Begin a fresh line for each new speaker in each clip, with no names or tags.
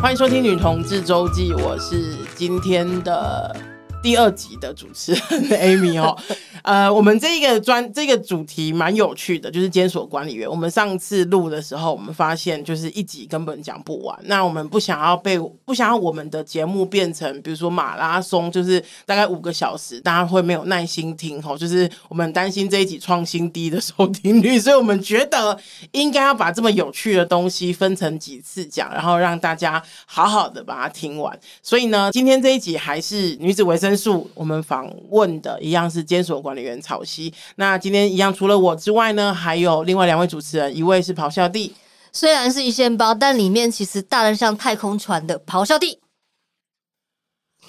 欢迎收听《女同志周记》，我是今天的第二集的主持人 Amy 哦。呃，我们这一个专这个主题蛮有趣的，就是监所管理员。我们上次录的时候，我们发现就是一集根本讲不完。那我们不想要被不想要我们的节目变成，比如说马拉松，就是大概五个小时，大家会没有耐心听哦。就是我们担心这一集创新低的收听率，所以我们觉得应该要把这么有趣的东西分成几次讲，然后让大家好好的把它听完。所以呢，今天这一集还是女子维生素，我们访问的一样是监所管理员草溪。那今天一样，除了我之外呢，还有另外两位主持人，一位是咆哮帝，
虽然是一线包，但里面其实大的像太空船的咆哮帝。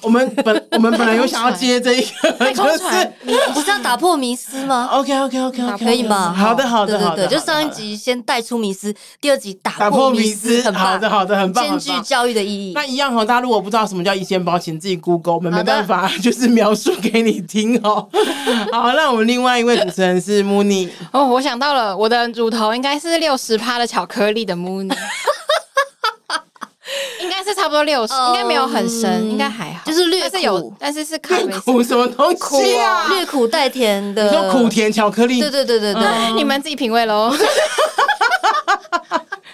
我们本我们本来有想要接这一个，
太空
就是
船，
你不是要打破迷思吗？哦
OK OK OK OK，
可以吗？
好的好的
对
好的，
对对，就
好的
上一。集先带出迷思，第二集
打
打
破
破
迷
思，
思，
很
好
棒
的，好的，很棒，
兼
很
具
棒。
教育的意义
那。一样哦，大家如果不知道什么叫一线包，请自己 Google，我们没
好的
办法，就是描述给你听哦。好，那我们另外一位主持人是 Mooney，
哦，我想到了，我的乳头应该是六十趴的巧克力的 moon，应该是差不多六十，
嗯
应该没有很深，应该还好，
就是略
但是有
苦，
但是是咖啡色。
苦什么东西啊？
略苦带甜的，
你说苦嗯甜巧克力
对，对对对对，
你们自己品味喽，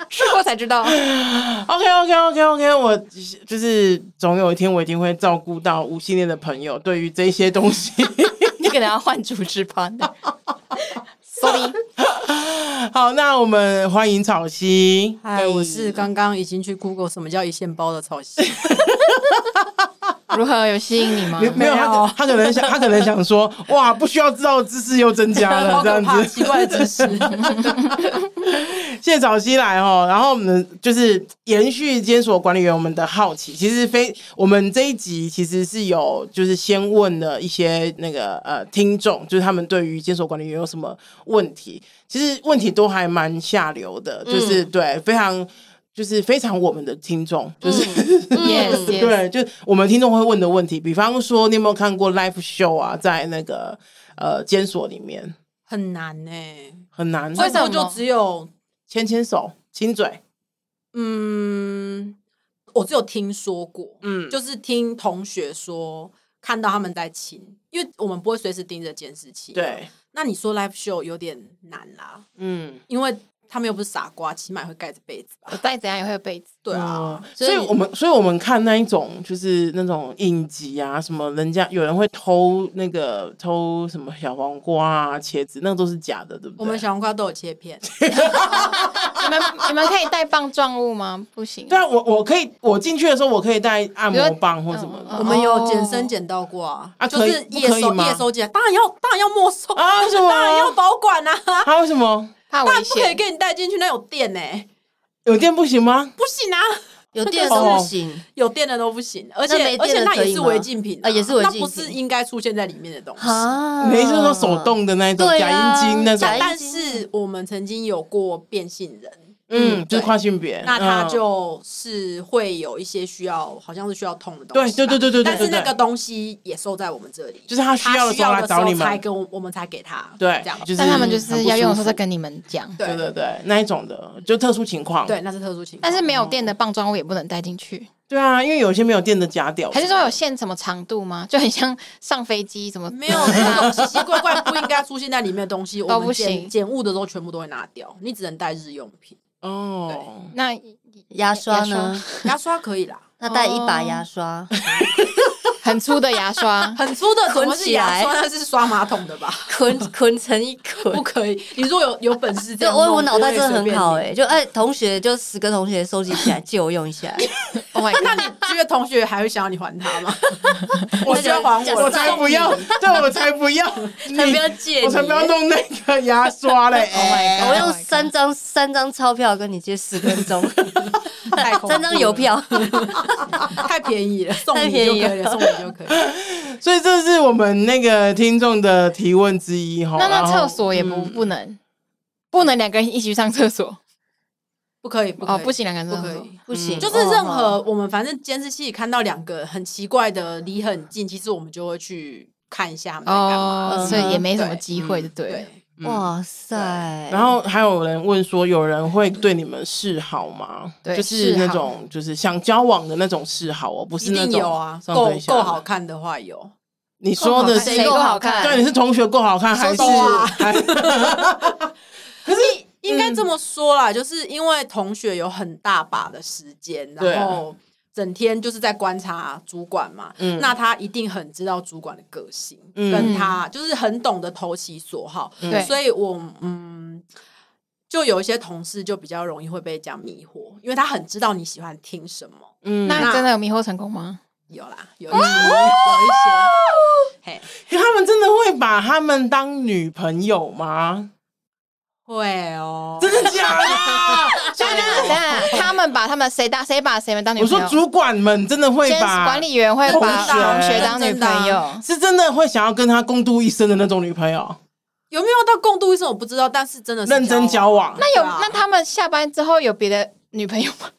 吃过才知道。
OK OK OK OK，我就是总有一天我一定会照顾到无性恋的朋友对于这些东西。
你可能要换主持方的。Sorry，
好，那我们欢迎草溪。
嗨，哎我是刚刚已经去 Google 什么叫一线包的草席，
如何有吸引你吗
没？没有他，他可能想，他可能想说，哇，不需要知道的知识又增加了，
好
这
可
样
怕，
子。
奇怪的 知识。
谢谢早期来哦，然后我们就是延续监所管理员我们的好奇，其实非我们这一集其实是有就是先问了一些那个呃听众，就是他们对于监所管理员有什么问题，其实问题都还蛮下流的，就是、对非常就是非常我们的听众，就是、
Yes，yes 嗯
对，就是我们听众会问的问题，比方说你有没有看过 live show 啊，在那个呃监所里面
很难呢、
很难啊
最
为什么
多就只有
牵牵手、亲嘴，
嗯，我只有听说过，
嗯
就是听同学说看到他们在亲，因为我们不会随时盯着监视器。，
对，
那你说 live show 有点难啦，
嗯。
因为他们又不是傻瓜，起码也会盖着被子吧？
我再怎样也会有被子。
对啊，
啊，所
所以
以
你
我们所以我们看那一种就是那种影集啊，什么人家有人会偷那个偷什么小黄瓜啊、茄子，那个都是假的，对不对？
我们小黄瓜都有切片，
你们你们可以带棒状物吗？不行
对。啊，我我可以我进去的时候我可以带按摩棒或什么
嗯
我
的。
们有捡生捡到过啊，
啊
就
可以
是
不
夜
可以
收
吗
夜收捡，当然要当然要没收
啊为什么
当然要保管啊，当
还有什么
怕
然
危
不可以
险。
给你带进去，那有电呢、
有电不行吗？
不行啊，
有电都
哦
不行。
有电的都不行，而
那
且
没电的
而且那
可
也
以
是
吗
违禁品
啊也是违禁品
那不是应该出现在里面的东西。
啊
没哦就是说手动的那一种
对
假
啊
阴茎那种
假，阴
但是我们曾经有过变性人，
嗯，就是
对
跨性别，
那他
嗯
就是会有一些需要，好像是需要痛的东
对
西
对
吧。
对对对对，
但是
对
那个东西也收在我们这里，
就是他需要的时候来
他需
找你
要的
们
时候才跟我我们才给他，
对
这样，
就是
但他们就是要用的时
嗯很不舒
候再
服
跟你们讲。
对
对
对对那一种的，就特殊情况，
对，那是特殊情况。
但是没有电的棒状物也不能带进去，
对啊，因为有些没有电的假
哦
屌，
还是说有限什么长度吗？就很像上飞机什么
没有 那种奇奇怪怪不应该出现在里面的东西，我
都不
们捡
行
捡物的时候全部都会拿掉，你只能带日用品，
哦，
那
牙刷
牙
呢？
牙刷可以啦，，
他带一把牙
哦
刷，
很粗的牙刷
很 粗的怎么是牙
捆
刷？那是刷马桶的吧？
捆捆成一捆
不。可以，你如果有有本事
就
这样
我
弄，
我脑袋真的很好
哎。
哎、就哎、同学就十个同学收集起来借我用一下，
Oh my
那
god！
你这个同学还会想要你还他 吗？
我
我觉得还
假
我，
我才不要， 对我才不要，你
才不要借你，
我才不要弄那个牙刷嘞！哎
Oh my god！
我用三张三张钞票跟你借十分钟，
太恐怖了
三张邮票，
太便宜了，送
太
你就
便宜
可以了，送你就可以了。
所以这是我们那个听众的提问之一哈。
那
然
那
后
厕所也
嗯
不不能，不能两个人一起去上厕所
不可以，不可
哦，
以，
不行，两个人
不
上厕
可
所嗯
以。
不行，
嗯
就是任何
哦
我们反正监视器看到两个很奇怪的离很近，其实我们就会去看一下他们在干嘛。
哦，
嗯
嗯
所以也没什么机会，就对了。
对，
哇塞！
然后还有人问说，有人会对你们示好吗？
对
就是
示好
那种就是想交往的那种示好哦，不
一
是那
定
种
有啊，
上
够
对下
够好。看的话有，
你说的是
谁够好看？
对，你是同学够好看还是
说实话
还
可是应该
嗯
这么说啦，就是因为同学有很大把的时间，
对
然后整天就是在观察主管嘛，
嗯
那他一定很知道主管的个性，
嗯
跟他就是很懂得投其所好，
嗯
对
所以我嗯。就有一些同事就比较容易会被这样迷惑，因为他很知道你喜欢听什么。
嗯，
那真的有迷惑成功吗？
有啦，有
哦
一些，有 一些，嘿，
因为他们真的会把他们当女朋友吗？
会哦，
真的假 的？
所以就是等下他们把他们谁当谁把谁们当女
我
朋
说
友，
主管们真的会
先
把
管理员会把
同学
同学当女朋
真的
友
啊。
是真的会想要跟他共度一生的那种女朋友，
有没有到共度一生我不知道，但是真的是
认真交往。
那
那有那他们下班之后有别的女朋友吗？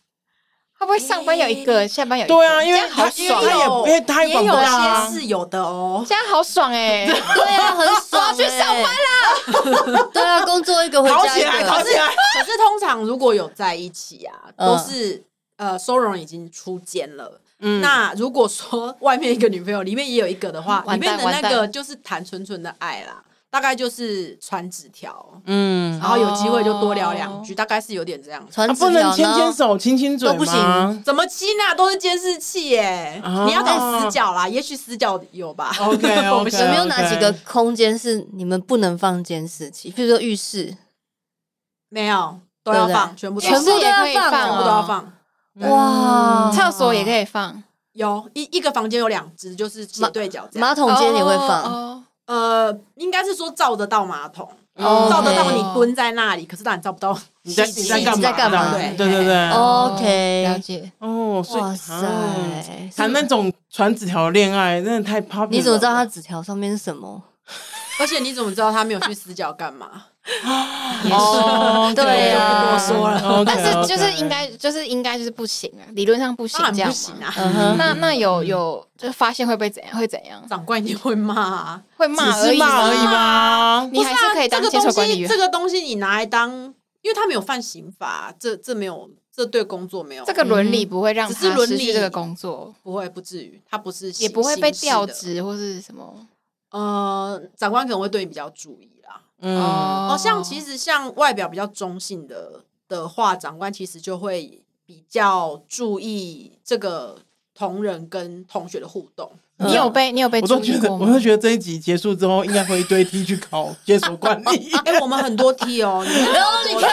会不会上班有一个，下班有一个？
对啊，因为
这样
他
好
因为
爽，
他也因为他也管不到
哦有
啊
些。是有的哦。
这样好爽哎！
对啊，很爽、
去上班
啦！对啊，工作一个回
跑
家
起来，
一
跑
个，
起来！
可是通常如果有在一起啊，
嗯
都是呃收容已经出监了。
嗯
那如果说外面一个女朋友，里面也有一个的话，里
完蛋
面的那
完
个就是谈纯纯的爱啦，大概就是传纸条，
嗯，
然后有机会就多聊两句，大概是有点这样。
传
啊
纸
不能牵
条
牵
呢？
手、亲亲嘴
都不行
吗
怎么亲啊？都是监视器耶！
啊哦
你要找死角啦，也许死角有吧。
？OK
我
OK，
不
有没有哪几个空间是你们不能放监视器？比如说浴室，
没有，都要放，全部都要
全部
放
都要
也可以
放
放
全部
哦
都要放。对
哇，
厕所也可以放，
有一一个房间有两只，就是斜对角这样。
马桶间也会放，
哦。
呃，应该是说照得到马桶，
哦
照得到
哦
你蹲在那里，可是当然照不到
你在你在干嘛？
你在干嘛
对对对对。
哦
哦
OK
了解。
所以
哇塞！
啊谈那种传纸条恋爱，真的太 popular 了。
你怎么知道他纸条上面是什么？
而且你怎么知道他没有去死角 干嘛？
哦，
对啊
就不多说了。
但是就是
OK，OK
应该就是应该就是不行啊，理论上不行
当然
这样嘛
不行啊，
嗯哼，
那那有有就是发现会被怎样？会怎样？
长官一定会骂啊。
会骂
只是
已
骂而已
吗？
吗？
你还
不
是
啊
可以当
这
接
个
受
东
管理
西，
员
这。个东西你拿来当，因为他没有犯刑法，这这没有，这对工作没有，
这个伦理不会让
只是
他
伦
失
理
去这个工作，
不会不至于，他不是
也不会被
刑事的
调。职或是什么。
呃，长官可能会对你比较注意啦。
嗯，
哦，像其实像外表比较中性的的话，长官其实就会比较注意这个同仁跟同学的互动。
嗯
你有被你有被
我都
注意
觉得，
过
我都
吗？
觉得这一集结束之后，应该会一堆 T 去考接手管 理。
啊
哎、我们很多 T 哦，你们
你 看，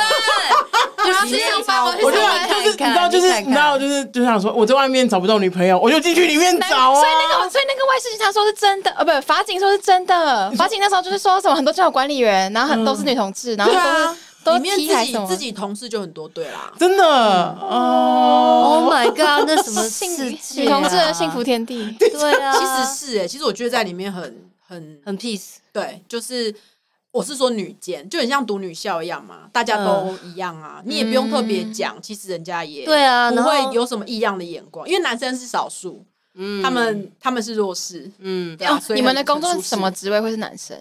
就是
上班我去
我
上
就
班
就是你知道，就是你知道，就是就想说，我在外面找不到女朋友，我就进去里面找啊
所以。那个，所以那个外事警察说是真的，呃，不，法警说是真的。法警那时候就是说什么很多教管理员，然后很都是女同志，然后
嗯对
都
啊
是，都
里
是
面
T 还是
自
什
己
么
自己同事就很多对啦。
真的哦，
Oh my god，那什么
幸
世界啊
女同志的幸福天地。
对啊，
其实是哎、其实我觉得在里面很很
很 peace，
对，就是我是说女监，就很像读女校一样嘛，大家
嗯
都一样啊，你也不用特别讲，其实人家也
对啊
不
然后
会有什么异样的眼光，因为男生是少数，
嗯
他们他们是弱势，
嗯
对啊
哦
所以
你们的
很
工作
很
是
舒
什么
适
职位会是男生？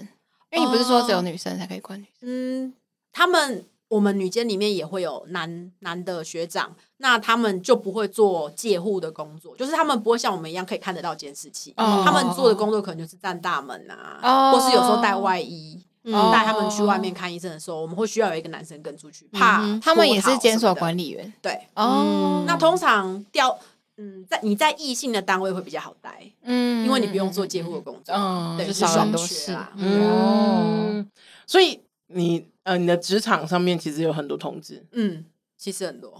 因为你不是说只有女生才可以管理？
嗯，他们我们女监里面也会有男男的学长，那他们就不会做戒护的工作，就是他们不会像我们一样可以看得到监视器，
哦
他们做的工作可能就是站大门啊，
哦
或是有时候带外衣。嗯
哦
带他们去外面看医生的时候，我们会需要有一个男生跟出去，怕
嗯哼
他们也是监所
理。
管理员
对，
哦
嗯。
那通常调嗯，在你在异性的单位会比较好待，
嗯
因为你不用做监护的工作，
嗯
对，
就是少了
双
很多
缺
事
啦
嗯，所以你呃，你的职场上面其实有很多同志，
嗯，其实很多，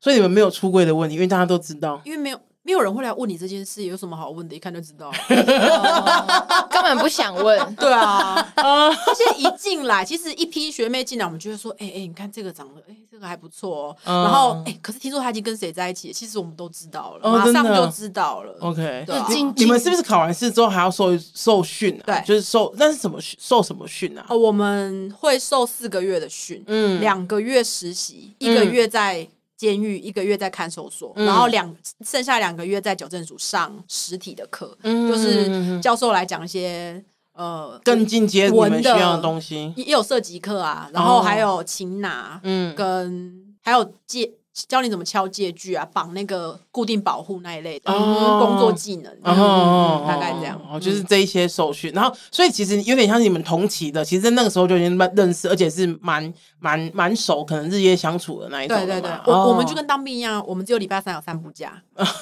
所以你们没有出柜的问题，因为大家都知道。
因为没有没有人会来问你这件事，有什么好问的？一看就知 道。嗯
哦 根本不想问。
对 啊，
啊，
而且一进来，其实一批学妹进来，我们就会说，哎、哎、你看这个长得，哎、这个还不错哦。
嗯
然后，哎、可是听说他已经跟谁在一起了，其实我们都知道了，
哦
马
真的哦
上就知道了。
OK，
对啊
你你们是不是考完试之后还要受受训啊？
对
就是受，那是什么训受什么训啊？
哦，我们会受四个月的训，
嗯
两个月实习，一个月在监狱，一个月在看守所，
嗯
然后两剩下两个月在矫正署上实体的课，
嗯
就是教授来讲一些呃
更进阶你们
文
需
的
要的东西。
也也有射击课啊，然后
哦
还有擒拿
嗯，
跟还有借教你怎么敲借据啊，绑那个固定保护那一类的嗯
哦
工作技能，嗯
哦哦，哦
大概这样
哦，就是这一些手续。然后，所以其实有点像是你们同期的，其实那个时候就已经认识，而且是蛮蛮蛮熟，可能日夜相处的那一种
对
的嘛。
对对，我我们就
哦
跟当兵一样，我们只有礼拜三有散步假，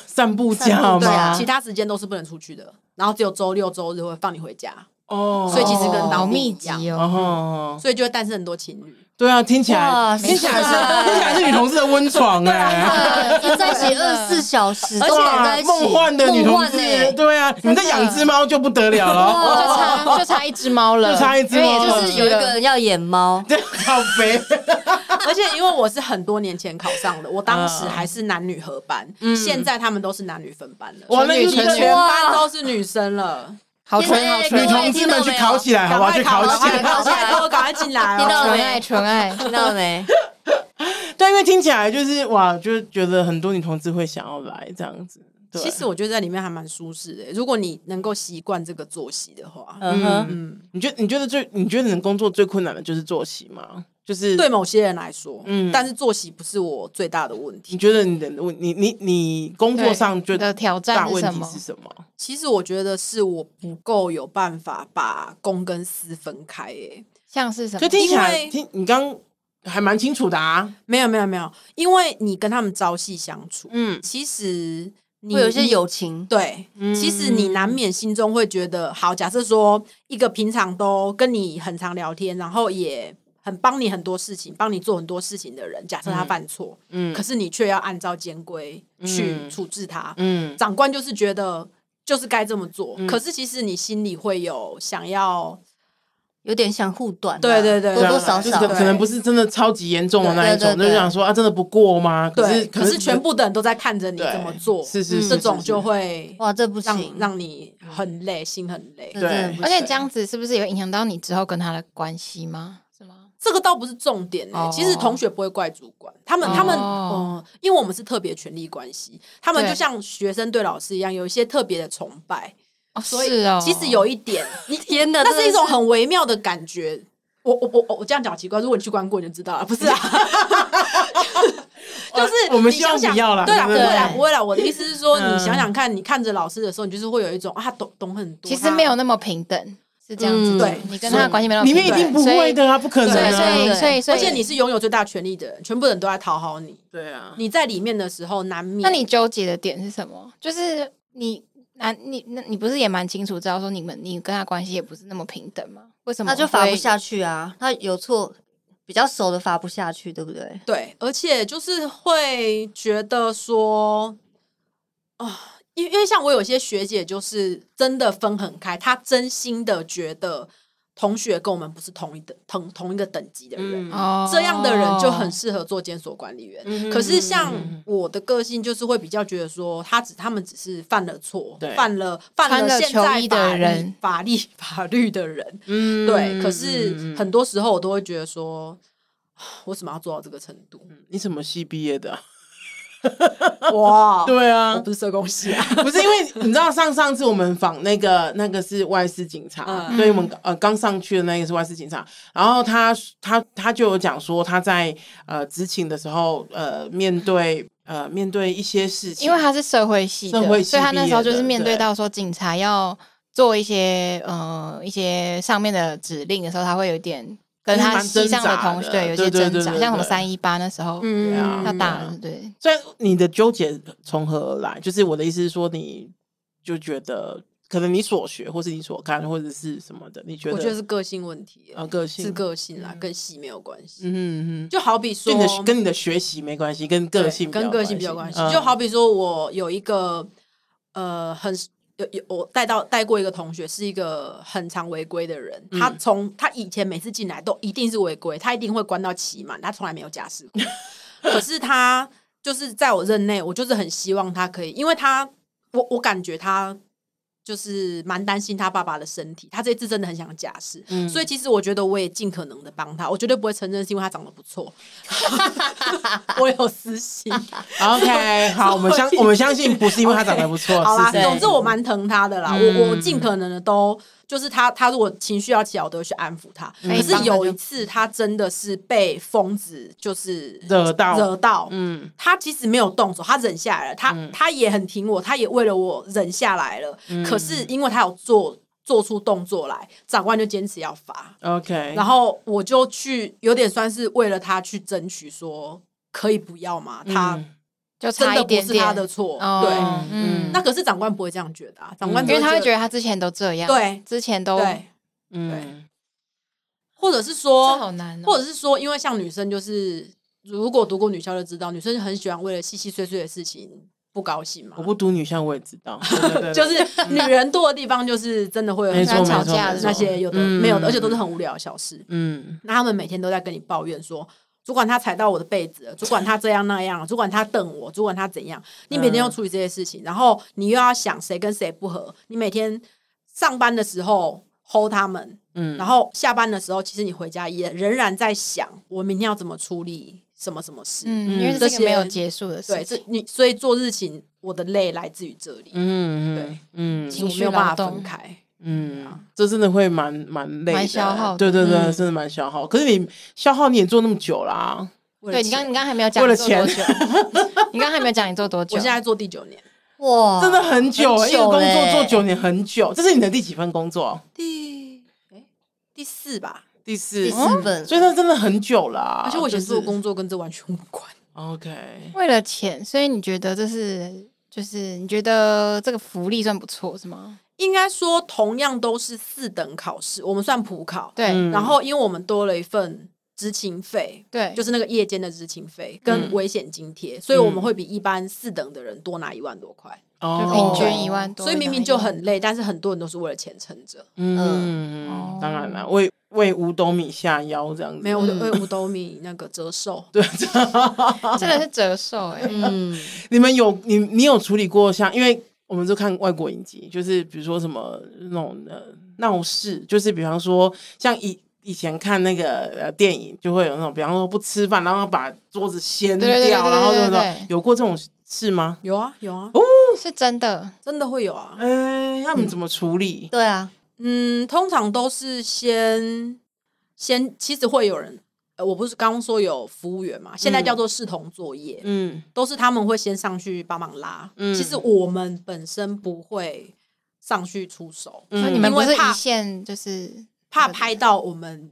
散步
散
假
步
嘛，
对啊
其他时间都是不能出去的，然后只有周六周日会放你回家，
哦，
所以其实跟
好
当兵
密
一
集
样
哦
哦。
哦，
所以就会诞生很多情侣。
对啊，听起来
哇
听起来是
是
听起来是女同事的温床哎。
对，在一起二十四小时，
而
都绑在一起，
梦幻的女
梦
同
幻
事，
欸
对啊，你们在
真的
养只猫就不得了
就
了，
差就差一只猫了，
就差一只
因为
猫
也
了
就是有一个人要演猫，
这好肥。
而且因为我是很多年前考上的，我当
嗯
时还是男女合班，现在他们都是男女分班了，
哇那
已
就是
经
全
全班都是女生了。
好纯
天
好
哪
纯
女
各位
同志们去考起来，好
赶
不好？
快
哎去考起
考
来
起来，。考起来，我赶快进来
听到
哦！
了
纯
没
爱纯爱，
听到了没？
对，因为听起来就是哇，就是觉得很多女同志会想要来这样子。对
其实我觉得在里面还蛮舒适的，如果你能够习惯这个作息的话，
嗯哼，
嗯，
你觉得你觉得最你觉得你的工作最困难的就是作息吗？就是
对某些人来说，
嗯
嗯，但是作息不是我最大的问
你
题。
觉得你的问你你你工作上最
对的挑
大
战是
问
什
题
么？
是什么？
其实我觉得是我不够有办法把公跟私分开，诶，
像是什
就
么？
听起
因
来
为
听你刚还蛮清楚的啊，
没有没有没有，因为你跟他们朝夕相处，
嗯
其实你
会有一些友情，
对，
嗯
其实你难免心中会觉得，好，假设说一个平常都跟你很常聊天，然后也很帮你很多事情，帮你做很多事情的人，假设他犯错，
嗯
可是你却要按照监规去
嗯
处置他，
嗯
长官就是觉得就是该这么做，可是其实你心里会有想要，
有点想护短啊，
对对对
多多
对啊
少
就是可
少
对
可能不是真的超级严重的那一种，
对
就
对对
是想说啊，真的不过吗？可是
对，可是全部的人都在看着你
对
怎么做，
是是
嗯
是
这种
是哦
就会
哇，这不行
让，让你
嗯
很累，心很累
这。
对
真的不
而且
行。
这样子是不是也会影响到你之后跟他的关系吗？是吗？
这个倒不是重点呢、
哦
其实同学不会怪主管，他们他们
哦
嗯，因为我们是特别权力关系，他们
对
就像学生对老师一样，有一些特别的崇拜。
哦，
所以
是哦，
其实有一点，你
天哪，
那是一种
真的
很微妙的感觉。我我我我我这样讲奇怪，如果你去关过你就知道了，不是啊？就是
我们
你
希望
想想
不要啦
对啦，不
对
会啦，
对
不会啦。我的意思是说，
嗯
你想想看，你看着老师的时候，你就是会有一种啊，他懂懂很多。
其实
他
没有那么平等，是这样子的。
嗯对
你跟他的关系没有那么
里
平
面一定
等，
不会的啊，不可
所
能
以。所
啊，
以所以所以，所以
而且你是拥有最大权力的人，全部人都在讨好你。
对啊，
你在里面的时候，难免
那你纠结的点是什么？就是你。啊，你那你不是也蛮清楚知道说你们你跟他关系也不是那么平等吗？为什么
他就罚
会
不下去啊，他有错，比较熟的罚不下去，对不对？
对，而且就是会觉得说，啊、因为因为像我有些学姐，就是真的分很开，她真心的觉得同学跟我们不是同一等同同一个等级的人。
嗯
哦
这样的人就很适合做监所管理员，
嗯
可是像我的个性就是会比较觉得说，他只他们只是犯了错
对，
犯了犯
穿了
现
球
在
衣的
法律
人
法律法律的人，
嗯
对。可
嗯
是
嗯
很多时候我都会觉得说，啊为什么要做到这个程度？
你什么系毕业 的啊？
哇，
对
我
啊，
不是社工系啊，
不是因为你知道上上次我们访那个那个是外事警察，
嗯
对我们呃刚上去的那个是外事警察，然后他他他就有讲说他在呃执勤的时候呃面对呃面对一些事情，
因为他是社会系的，
社会系
所以他那时候
毕业
就
的
是面对
对
到说警察要做一些呃一些上面的指令的时候，他会有点跟
就是
他
蛮
系上
挣扎
同
的
学对有一
对
些
对
挣
对
扎，
对
像什么
对
三一八那时候
对啊
嗯，
要打
嗯，
对，
所以你的纠结从何而来？就是我的意思是说，你就觉得可能你所学，或是你所看，或者是什么的，你觉得？
我觉得是个性问题，
呃个性
是个性啦，跟系没有关系。
嗯嗯嗯，
就好比说
就，你的跟你的学习没关系，跟个
对
性比较
跟个性比较关系。
嗯
就好比说我有一个呃很。有有，我带到带过一个同学，是一个很常违规的人。他从他以前每次进来都一定是违规，他一定会关到期满，他从来没有假释过。可是他就是在我任内，我就是很希望他可以，因为他我我感觉他就是蛮担心他爸爸的身体，他这次真的很想假释，
嗯
所以其实我觉得我也尽可能的帮他，我绝对不会承认是因为他长得 不错，我有私心。
哦 OK，好，我们相我们相信不是因为他长得不错，
好啦，
是是嗯
总之我蛮疼他的啦，我我尽可能的都就是他他如果情绪要起来，我都会去安抚他。
嗯
可是有一次，他真的是被疯子就是
惹到
惹到，
嗯
他其实没有动手，他忍下来了，他、
嗯
他也很挺我，他也为了我忍下来了。
嗯
可是因为他有做做出动作来，长官就坚持要罚，
，OK，
嗯然后我就去有点算是为了他去争取说可以不要嘛，他
嗯
就
真
差
的
一
不
点
是
点
他的错，对。
哦
对
嗯，
那可是长官不会这样觉得啊，长官
嗯
只
因为他会觉
得
得他哦之前都这样，，
对
之前都
对，
嗯
或者是
这
说
好难哦，
或者是说，因为像女生就是，如果读过女校就知道，女生很喜欢为了细细碎碎的事情不高兴嘛
我。不读女校我也知 道，对对 对
就
对
是女人多的地方，就是真的会有
没
很
错
那
没
吵
错，
架
没
的
错
那些有的
嗯
没有的，而且都是很无聊的小事。
嗯
那他们每天都在跟你抱怨说，主管他踩到我的被子了，主管他这样那样了，主管他瞪我，主管他怎样。你每天要处理这些事情，然后你又要想谁跟谁不合，你每天上班的时候 hold 他们，
嗯，
然后下班的时候，其实你回家也仍然在想，我明天要怎么处理什么什么事。
嗯，因为
这
这是一
些
个没有结束的
对，
事
这
情，
你所以做日勤，我的累来自于这里，
嗯
对
嗯嗯
我
情绪
没有办
劳
法
动
分开。
嗯，这真的会蛮蛮累的，
蛮消耗的
对对对，
嗯
真的蛮消耗。可是你消耗你也做那么久啦，
为了
对你刚
钱
你刚还没有讲
为了
你做多久， 你刚还没有讲你做多久，
我现在做第九年，
哇，
哦
真的很久，
很
一个工作
嘞
做九年很久。这是你的第几份工作？
第哎第四吧，
第四
第，四本，
所以那真的很久啦。
而且我以前
就是
做的工作跟这完全无关。
OK，
为了钱，所以你觉得这是就是你觉得这个福利算不错是吗？
应该说，同样都是四等考试，我们算普考，
对、
嗯
然后因为我们多了一份执勤费，
对，
就是那个夜间的执勤费
嗯
跟危险津贴，所以我们会比一般四等的人多拿一万多块，
就
哦
平均一万多，
所以明明就很累，但是很多人都是为了钱撑着。
嗯，
哦
当然啦，为为五斗米下腰这样子，
没有，我就为五斗米那个折寿。
嗯对，
真的是折寿哎、
嗯，
你们有你你有处理过像，因为我们就看外国影集，就是比如说什么那种呃闹事，就是比方说像以以前看那个呃电影，就会有那种比方说不吃饭，然后把桌子掀掉，
对对对对
然后
对
那
对
种
对
有过这种事吗？
有啊，有啊，
哦
是真的。
真的会有啊。
哎、那你怎么处理？
对啊，
嗯，通常都是先先，其实会有人，呃，我不是刚刚说有服务员嘛，现在叫做视同作业，
嗯
都是他们会先上去帮忙拉。
嗯
其实我们本身不会上去出手，
嗯
所以你们
因
不
为
是
怕
一线就是
怕拍到我们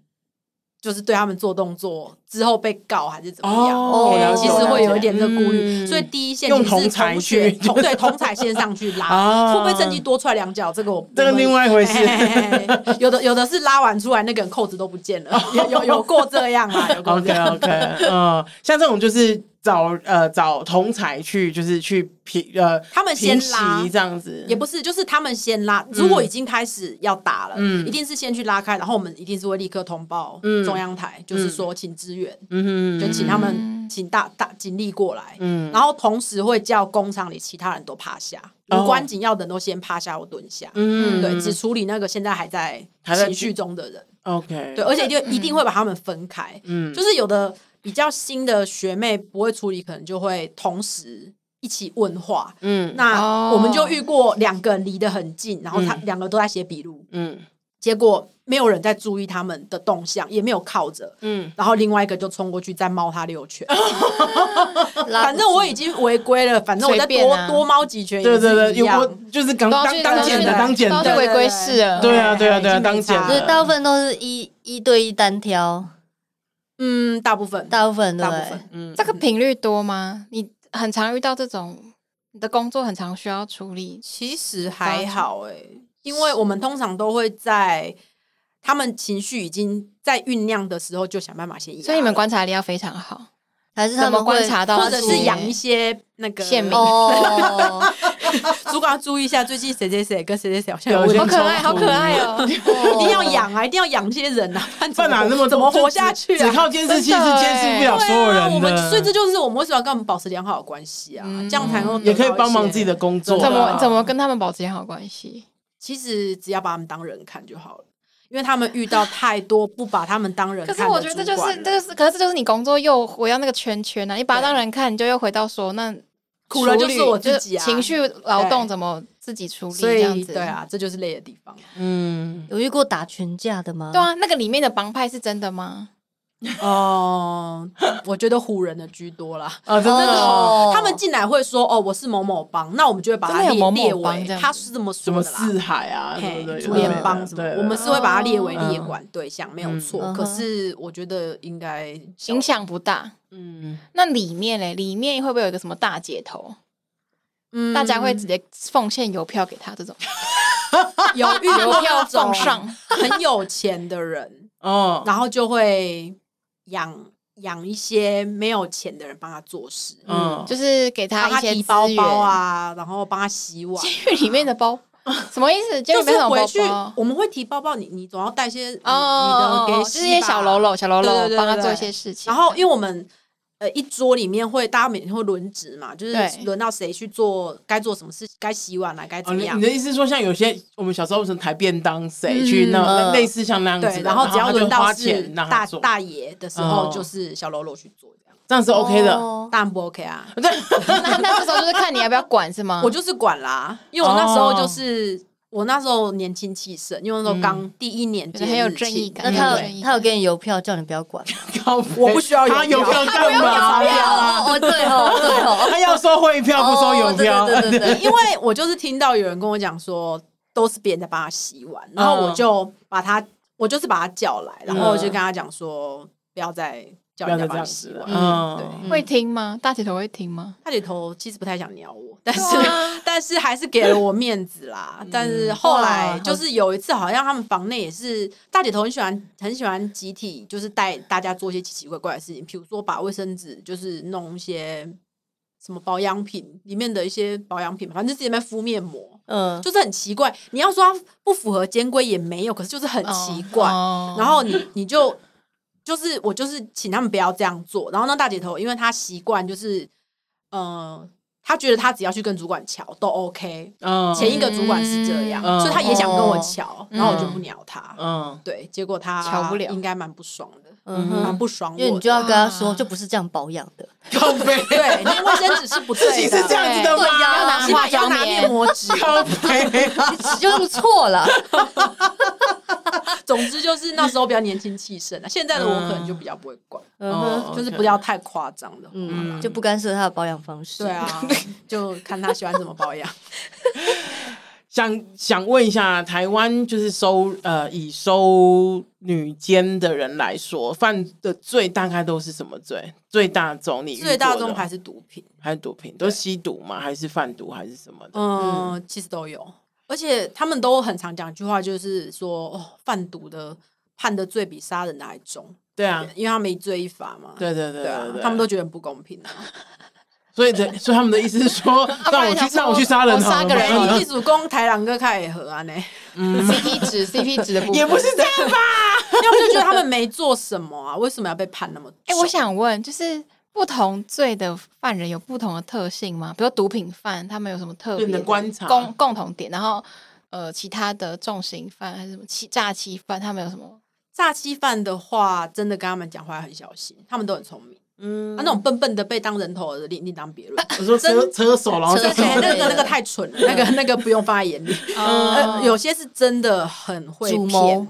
就是对他们做动作之后被告还是怎么样。
哦，
我
了解
其实会有一点这个顾虑，
嗯
所以第一线
用
其实
同
是
才
同学
去
同对同才先上去
啊
拉，会不会成绩多出来两角？这个我
这个
我们
另外一回事
嘿嘿嘿嘿 有的有的是拉完出来，那个人扣子都不见 了，有有有过这样啊，有过这
OK
样。
OK，嗯， 像这种就是找呃找同才去，就是去平呃，
他们先拉
平息这样子，
也不是，就是他们先拉。如果已经开始要打了，
嗯
一定是先去拉开，然后我们一定是会立刻通报
嗯
中央台，就是说请支援，
嗯
就请他们
嗯
请大大警力过来。
嗯
然后同时会叫工厂里其他人都趴下，
哦
无关紧要的人都先趴下或蹲下。
嗯
对，只处理那个现在还在
还在
情绪中的人。
OK
对，而且一定一定会把他们分开。
嗯
就是有的比较新的学妹不会处理，可能就会同时一起问话。
嗯
那
哦
我们就遇过两个人离得很近，然后他两个都在写笔录，
嗯
结果没有人在注意他们的动向，也没有靠着。
嗯
然后另外一个就冲过去再猫他六 拳，
拉
反正我已经违规了，反正我再
随
多、
便啊
多猫几拳也
对
是
对对，
一
有
样
过就是刚
都要
当
去
当
要去
捡的
拿
当捡
都要去
的，
违规事了
对啊对啊对啊
哎已经没
当检
差
就
的
是大部分都是一一对一单挑，
嗯，大部分
大部分对
大
不
部
对
分？
嗯
这个频率多吗？你很常遇到这种，你的工作很常需要处理，
其实还好哎、因为我们通常都会在他们情绪已经在酝酿的时候，就想办法先压了，
所以你们观察力要非常好。
还是他
怎
们
么观察到
或者是养
养
一些那个
县民
哦，
主管要注意一下，最近谁谁谁跟谁谁谁好像
有一些
好
问题
可爱，好可爱哦！
一定要养啊，一定要养这些人啊，不然怎
饭
么
哪那么
怎么
多
活下去
只
啊？
靠监视器
真
是
的
监视不
欸
了所有
对啊我
人
们所以这
的，
就是我们为什么要跟我们保持良好的关系啊，
嗯
这样才能够得
也可以
到一
帮忙
些
自己的。工作，
怎么
对
怎么跟他们保持良好关系？
其实只要把他们当人看就好了，因为他们遇到太多不把他们当人
可
看
是
的
我觉得这就
主管
是
了
这就是，可是这就是你工作又回到那个圈圈啊！你把它
对
当人看，你就又回到说那
苦了
处
就
理
是我自己
就
啊
是情绪劳动
对
怎么自自己处理
所
这样
以
子。
对，啊，这就是累的地方。
嗯，
有遇过打群架的吗？
对，啊，那个里面的帮派是真的吗？
哦， 我觉得唬人的居多啦。
哦， 真的哦，
哦
他们进来会说哦，我是某某帮，那我们就会把它
真的有
列
某某
列
帮
为
这样
他是这么
什
说
么
的啦
四。海啊，什么
嘿
的，
竹联帮
对
什么
对，
我们是会把它列为
嗯
列管对象，没有
嗯
错。
嗯
可
哼
是我觉得应该小
影响不大。
嗯，
那里面嘞，里面会不会有一个什么大姐头？
嗯
大 家会直接奉献邮票给他这种，
有遇
邮
过
票
那
奉
种
上
很有钱 的人，
哦，
然后就会养养一些没有钱的人帮他做事，
嗯，
就是给
帮
他一
他
些
提
资
包
源
包。啊，然后帮他洗碗啊，
监 狱里面的包什么意 思？监狱
就
里面的
是
包
回去
包
我们会提包包，你你总要带些你
哦，
你的给
就是
洗
一些
吧
小喽啰、小喽
对对
啰
对
帮他
对
做一
对
些事情。
然后因为我们呃一桌里面会大家每天会轮值嘛，就是
对
轮到谁去做该做什么事，该洗碗啦、该怎
哦，
么
你
样。
你的意思是说，像有些我们小时候什么抬便当，谁去那那
嗯
类似像那样子
呃对，
的，
然后只要
他就
轮到
花
是
钱让他
大
做，
大爷的时候
哦，
就是小喽啰去做这样，
这样是 OK 的。
哦
当然不 OK 啊，
那那这时候就是看你要不要管是吗？
我就是管啦，因为我那时
哦
候就是我那时候年轻气盛，因为那时候刚第一年
嗯觉
接
得很有
日
正义
庆
感
那他
对
有他有给你邮票叫你不要管吗？
我
不需要邮
他邮
票
票干嘛
哦哦哦，对哦对哦，
他要收汇票不收邮
哦对
票，
对对对对，
因为我就是听到有人跟我讲说，都是别人在帮他洗碗，然后
嗯
我就把他，我就是把他叫来，然后我就跟他讲说，不要再叫
不要
人
再
家
这样
帮你洗
子了
碗。。
嗯，
对
对
会听吗？大姐头会听吗？
他里头其实不太想鸟我，但是、
对啊
但是还是给了我面子
嗯
啦。但是后来就是有一次，好像他们房内也是大姐头很喜欢很喜欢集体，就是带大家做一些奇奇怪怪的事情，比如说把卫生纸就是弄一些什么保养品里面的一些保养品，反正就是里面敷面膜，
嗯，
就是很奇怪。你要说它不符合监规也没有，可是就是很奇怪。
哦
然后你你就就是我就是请他们不要这样做。然后那大姐头，因为她习惯就是，呃，她觉得她只要去跟主管瞧都 OK。
嗯，
前一个主管是这样，
嗯
所以她也想跟我瞧，
嗯
然后我就不鸟她。
嗯
对，结果她
瞧不了
应该蛮不爽的，
嗯
蛮
哼，
不爽我
因为你就
的。
要跟他说，
啊
就不是这样保养的，
靠背，
对，那卫生纸是 不对的，
自己是这样子的吗？
对呀
要拿化
要
妆
拿面
棉，
膜纸，
靠背，
使用错了，
总之就是那时候比较年轻气盛啊，现在的我可能就比较不会管，呃
嗯哼，
哦
就是
OK
不要太夸张的话。
嗯，就不干涉他的保养方式，
对，啊，就看他喜欢怎么保养。
想想问一下，台湾就是收呃以收女监的人来说，犯的罪大概都是什么罪？最大宗你遇
最大
过的
宗还是毒品，
还是毒品，都是吸毒吗？还是贩毒还是什么的？
嗯，其实都有，而且他们都很常讲一句话，就是说哦，贩毒的判的罪比杀人的还重，
对啊，
因为他们一罪一罚嘛。
对对对
对啊
对对，，
他们都觉得很不公平啊。
所以的，所以他们的意思是说，
不
让
然
我去
想，说
让我去杀人
我
好了，
杀个人
嗯
哎，你主攻台朗哥开也和啊呢，
CP 值 CP 值的部分
也不是这样吧？
要么就觉得他们没做什么啊，为什么要被判那么重？
哎、我想问，就是不同罪的犯人有不同的特性吗？比如毒品犯，他们有什么特
对
别
你的
的
观察
共共同点？然后呃，其他的重刑犯还是什么欺诈欺犯，他们有什么？
诈欺犯的话，真的跟他们讲话要很小心，他们都很聪明。
嗯
啊，那种笨笨的被当人头的另另当别论。
我说车车手，然后
车
就
对
手
是
对， 那个那个太蠢了，那个那个不用放在眼里。呃，有些是真的很会
主谋
骗，，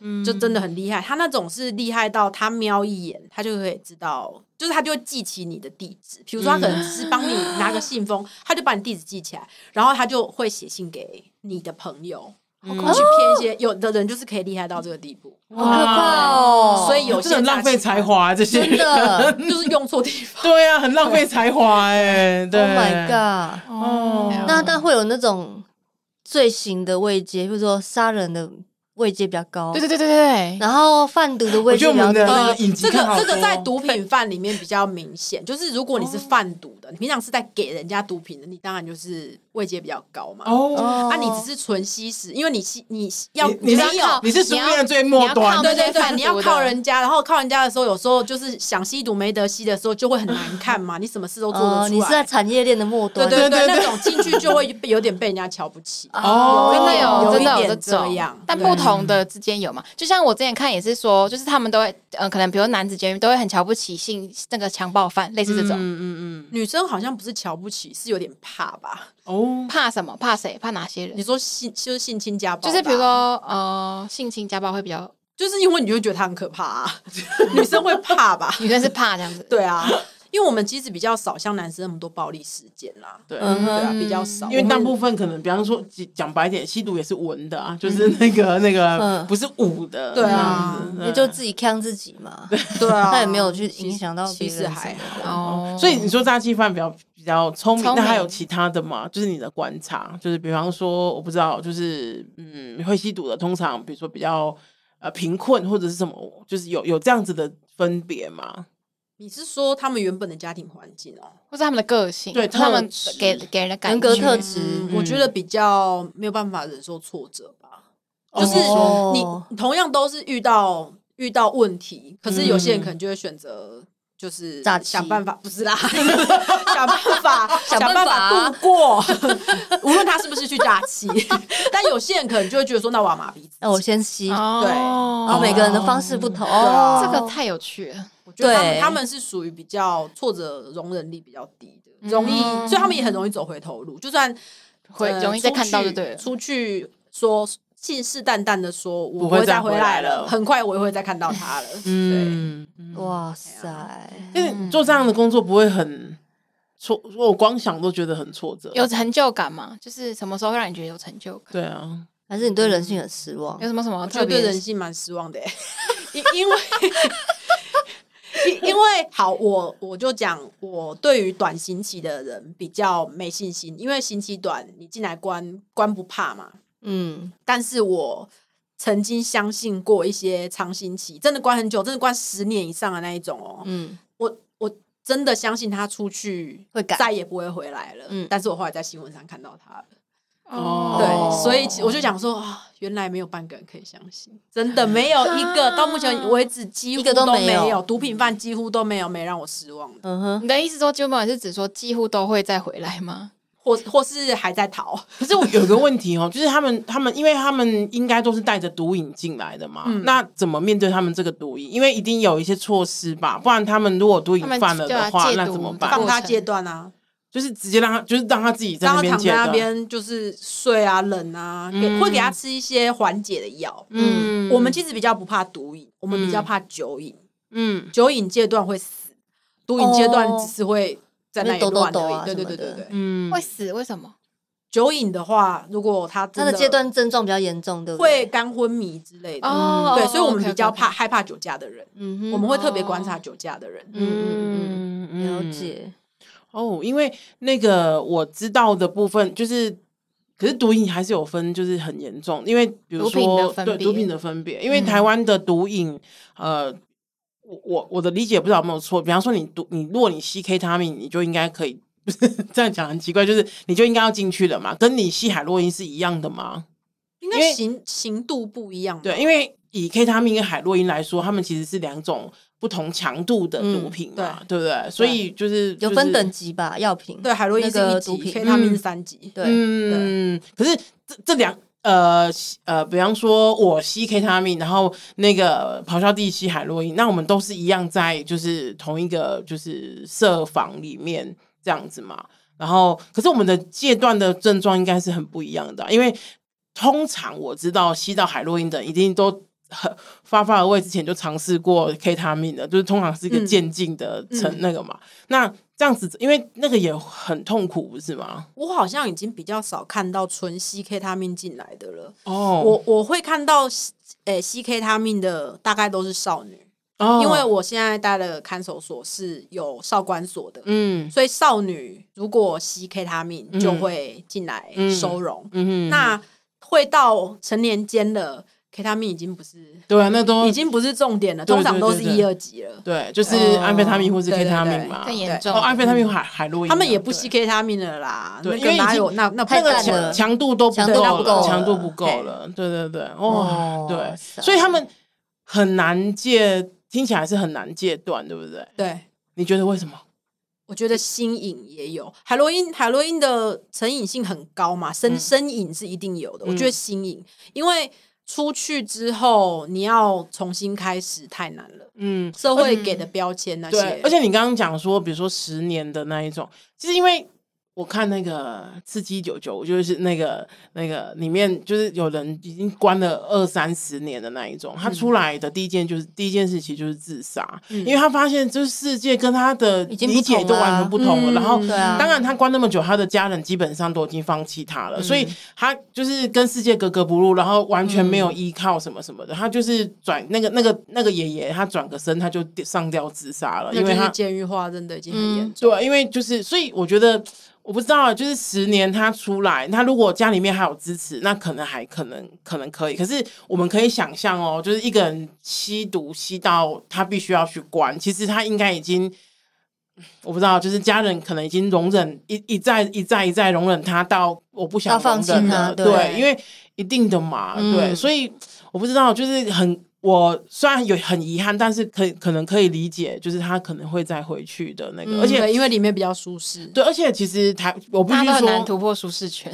嗯，
就真的很厉害。他那种是厉害到他瞄一眼，他就可以知道，就是他就会记起你的地址。比如说，他可能只是帮你拿个信封，他就把你地址记起来，然后他就会写信给你的朋友，去骗一些。有的人就是可以厉害到这个地步，
好可怕哦，
所以有
这
些
种浪费才华啊，这些
真的
就是用错地方。
对啊，很浪费才华哎，对
，Oh my god。
哦
嗯
那那会有那种罪行的位阶，比如说杀人的位阶比较高
哦
对，对对对对对，
然后贩毒的位
我觉
阶
得
比
我们的
较低。
那个影集
呃这
看
个
好
这个在
多
毒品犯里面比较明显，就是如果你是贩毒的，你平常是在给人家毒品的，你当然就是位阶比较高嘛。
哦，
哦
啊，你只是纯吸食，因为你吸你吸要
你你
没
是
有
你是书
要
面的最末
你要
端
靠，
对对
那贩
对，
毒
你要
的
靠人家，然后靠人家的时候，有时候就是想吸毒没得吸的时候，就会很难看嘛。你什么事都做
哦，
得
你
出
是在
来，
产业链的末
对
端，
对
对
对，
对
那种进去就会被有点被人家瞧不起。
哦
真的
有
有
一
真的
点
这
这
种
样
但
对
不同的之间有嘛？就像我之前看也是说，就是他们都会，呃，可能比如男子监狱都会很瞧不起性那个强暴犯，类似这种，
嗯嗯嗯，
女生好像不是瞧不起，是有点怕吧？
哦，
怕什么？怕谁？怕哪些
你
人？
说性就是性侵家暴吧，
就是比如说，呃，性侵家暴会比较，
就是因为你就会觉得他很可怕、啊， 女生会怕吧？
女生是怕这样子。
对啊，因为我们其实比较少像男生那么多暴力事件啦，
对，
嗯
对啊，
哼，
比较少，
因为
我们
大部分可能，比方说讲白点，吸毒也是闻的啊，就是那个那个
嗯
不是武的，
对啊
这样子嗯
也就自己呛自己嘛，
对啊，
他也没有去影响到
其
别
实其实
人
还
什么的。
好。
哦
所以你说诈欺犯比较比较聪明，
聪
那还
明
有其他的吗？就是你的观察，就是比方说，我不知道，就是嗯，会吸毒的通常比如说比较呃贫困或者是什么，就是有有这样子的分别吗？
你是说他们原本的家庭环境哦？
或是他们的个性，
对
或是他们
特质
给给人的感
人格
觉
特质，
我觉得比较没有办法忍受挫折吧，就是
哦
你同样都是遇到遇到问题，可是有些人可能就会选择。就是
嗯诈欺
想办法，不是啦， 想办法，想
想办
办
法啊
法度过。 无论他是不是去诈欺， 但有些人可能就会觉得说，那我要麻痹自己。
那我先吸，然
哦，
对
后每个人的方式不同，
啊
哦
这个太有趣了，
我觉得他们
对
他们是属于比较挫折容忍力比较低的，容易，
嗯
所以他们也很容易走回头路，就算
会
呃
容易再
出
看到
去
就对了
出去说信誓旦旦的说我
不
不
会
会
再
再
回
回
来
来
了
了，很快我也会再看到他 了。嗯，
嗯，嗯
哇塞，
因
嗯
为做这样的工作不会很挫，我光想都觉得很挫折。
有成就感嘛？就是什么时候会让你觉得有成就感？
对啊，
还是你对人性很失望
有？什么什么
我觉
特
得
别
对啊
的
人性蛮失望的 欸，因因为 因因为好，我我就讲，我对于短刑期的人比较没信心，因为刑期短，你进来关关不怕嘛，
嗯，
但是我曾经相信过一些长刑期，真的关很久，真的关十年以上的那一种哦。
嗯，
我我真的相信他出去
会改
再也不会回来了。
嗯
但是我后来在新闻上看到他了，
哦
对，所以其我就讲说啊，原来没有半个人可以相信，真的没有一个、
啊
到目前为止几乎
一个都
没
没有
毒品犯几乎都没有没让我失望的，
嗯哼，
你的意思说，基本是指说几乎都会再回来吗？
或或是还在逃。
可是我有个问题哦，就是他们他们，因为他们应该都是带着毒瘾进来的嘛，
嗯
那怎么面对他们这个毒瘾？因为一定有一些措施吧，不然他们如果毒瘾
他们
犯了
就
的
要
话，
戒
那
毒
怎么
的
办
放
过？
他
程
戒断啊，
就是直接让他，就是让他自己在
让
那边
他躺
戒
在那
断。
边就是睡啊、冷啊，给
嗯
会给他吃一些缓解的药。
嗯
我们其实比较不怕毒瘾，我们比较
嗯
怕酒瘾。
嗯
酒瘾阶段会死，毒瘾阶段
哦
只是会在那里
会抖抖
乱
抖
而
啊
已。对对
什么
对对
的
对，
嗯
会死？为什么？
酒瘾的话，如果他
他
真
的阶段症状比较严重，对不
会
对？
肝昏迷之类的，
哦，
对，所以我们
OK，OK，OK
比较怕害怕酒驾的人，
嗯哼，
我们会特别观察酒驾的人。
嗯嗯
嗯
嗯，了解，
哦，因为那个我知道的部分就是，可是毒瘾还是有分，就是很严重，因为比如
毒品的
说
分
对
别
毒品的分别，因为台湾的毒瘾，呃，我我我的理解不知道有没有错，比方说你毒你如果你吸 K 他命，你就应该可以。这样讲很奇怪，就是你就应该要进去了嘛，跟你吸海洛因是一样的吗？
应
因为
该刑刑度不一样吧，
对，因为以 K 他命跟海洛因来说，他们其实是两种不同强度的毒
嗯
品嘛，对不对？所以就是就
有分
是
等级吧，药品，
对，啊海洛因是
那
一
个
级
毒品
，K 他
嗯
命是三级，
对，
嗯，可是这这两呃吸呃，比方说我吸 K 他命，然后那个咆哮帝吸海洛因，那我们都是一样在就是同一个就是设防里面这样子嘛。然后，可是我们的戒断的症状应该是很不一样的啊，因为通常我知道吸到海洛因的人一定都。很发发而为之前就尝试过 K 他命的，就是通常是一个
嗯
渐进的成
嗯
那个嘛。那这样子，因为那个也很痛苦，不是吗？
我好像已经比较少看到纯吸 K 他命进来的了。
哦
我我会看到吸，诶、吸 K 他命的大概都是少女，
哦
因为我现在待的看守所是有少管所的，
嗯
所以少女如果吸 K 他命
嗯
就会进来
嗯
收容，
嗯，
那会到成年间了，K 他命已经不是
对啊，那都
已经不是重点了，
对
通常都是
对对
一二级了。
对，就是
哦
安非他命或是
对
K
对
他
对
命嘛，
更
哦，
严重。
安非他命海海洛因啊，
他们也不吸
对
K 他命了啦，
对
那
因为
个
已
哪
经
有那那
太
那个
淡
强
了
强强度都
强
度
够
不够
了，
了
强度不够
嘿
了，对对对，哦
哇，
对，
塞
所以他们很难戒，听起来是很难戒断，对不对？
对。
你觉得为什么？
我觉得新瘾也有，海洛因海洛因的成瘾性很高嘛，
嗯
生生瘾是一定有的。
嗯
我觉得新瘾，因为出去之后你要重新开始太难了，
嗯，
社会给的标签那些
对，，而且你刚刚讲说，比如说十年的那一种，其实因为我看那个《刺激九九》，就是那个那个里面就是有人已经关了二三十年的那一种，
嗯
他出来的第一件就是、第一件事情就是自杀，
嗯
因为他发现这世界跟他的
已经不
理解
同
都
了
完全不同了，
嗯
然后
对啊，
当然，他关那么久，他的家人基本上都已经放弃他
嗯
了，所以他就是跟世界格格不入，然后完全没有依靠什么什么的。他就是转那个那个那个爷爷，他转个身他就上吊自杀了，
那
因
就
为
是
他
监狱化真的已经很严
嗯
重。
对，因为就是，所以我觉得我不知道啊，就是十年他出来，他如果家里面还有支持，那可能还可能可能可以。可是我们可以想象哦，就是一个人吸毒吸到他必须要去关，其实他应该已经。我不知道，就是家人可能已经容忍一一再一再一再容忍他到我不想
到放
容忍
弃
了，
他
对，
对
因为一定的嘛，对，
嗯
所以我不知道，就是很我虽然有很遗憾，但是可以可能可以理解，就是他可能会再回去的
嗯
那个，而且
对，因为里面比较舒适，
对，而且其实台我必
大
须
家都很难
说，
突破舒适 圈。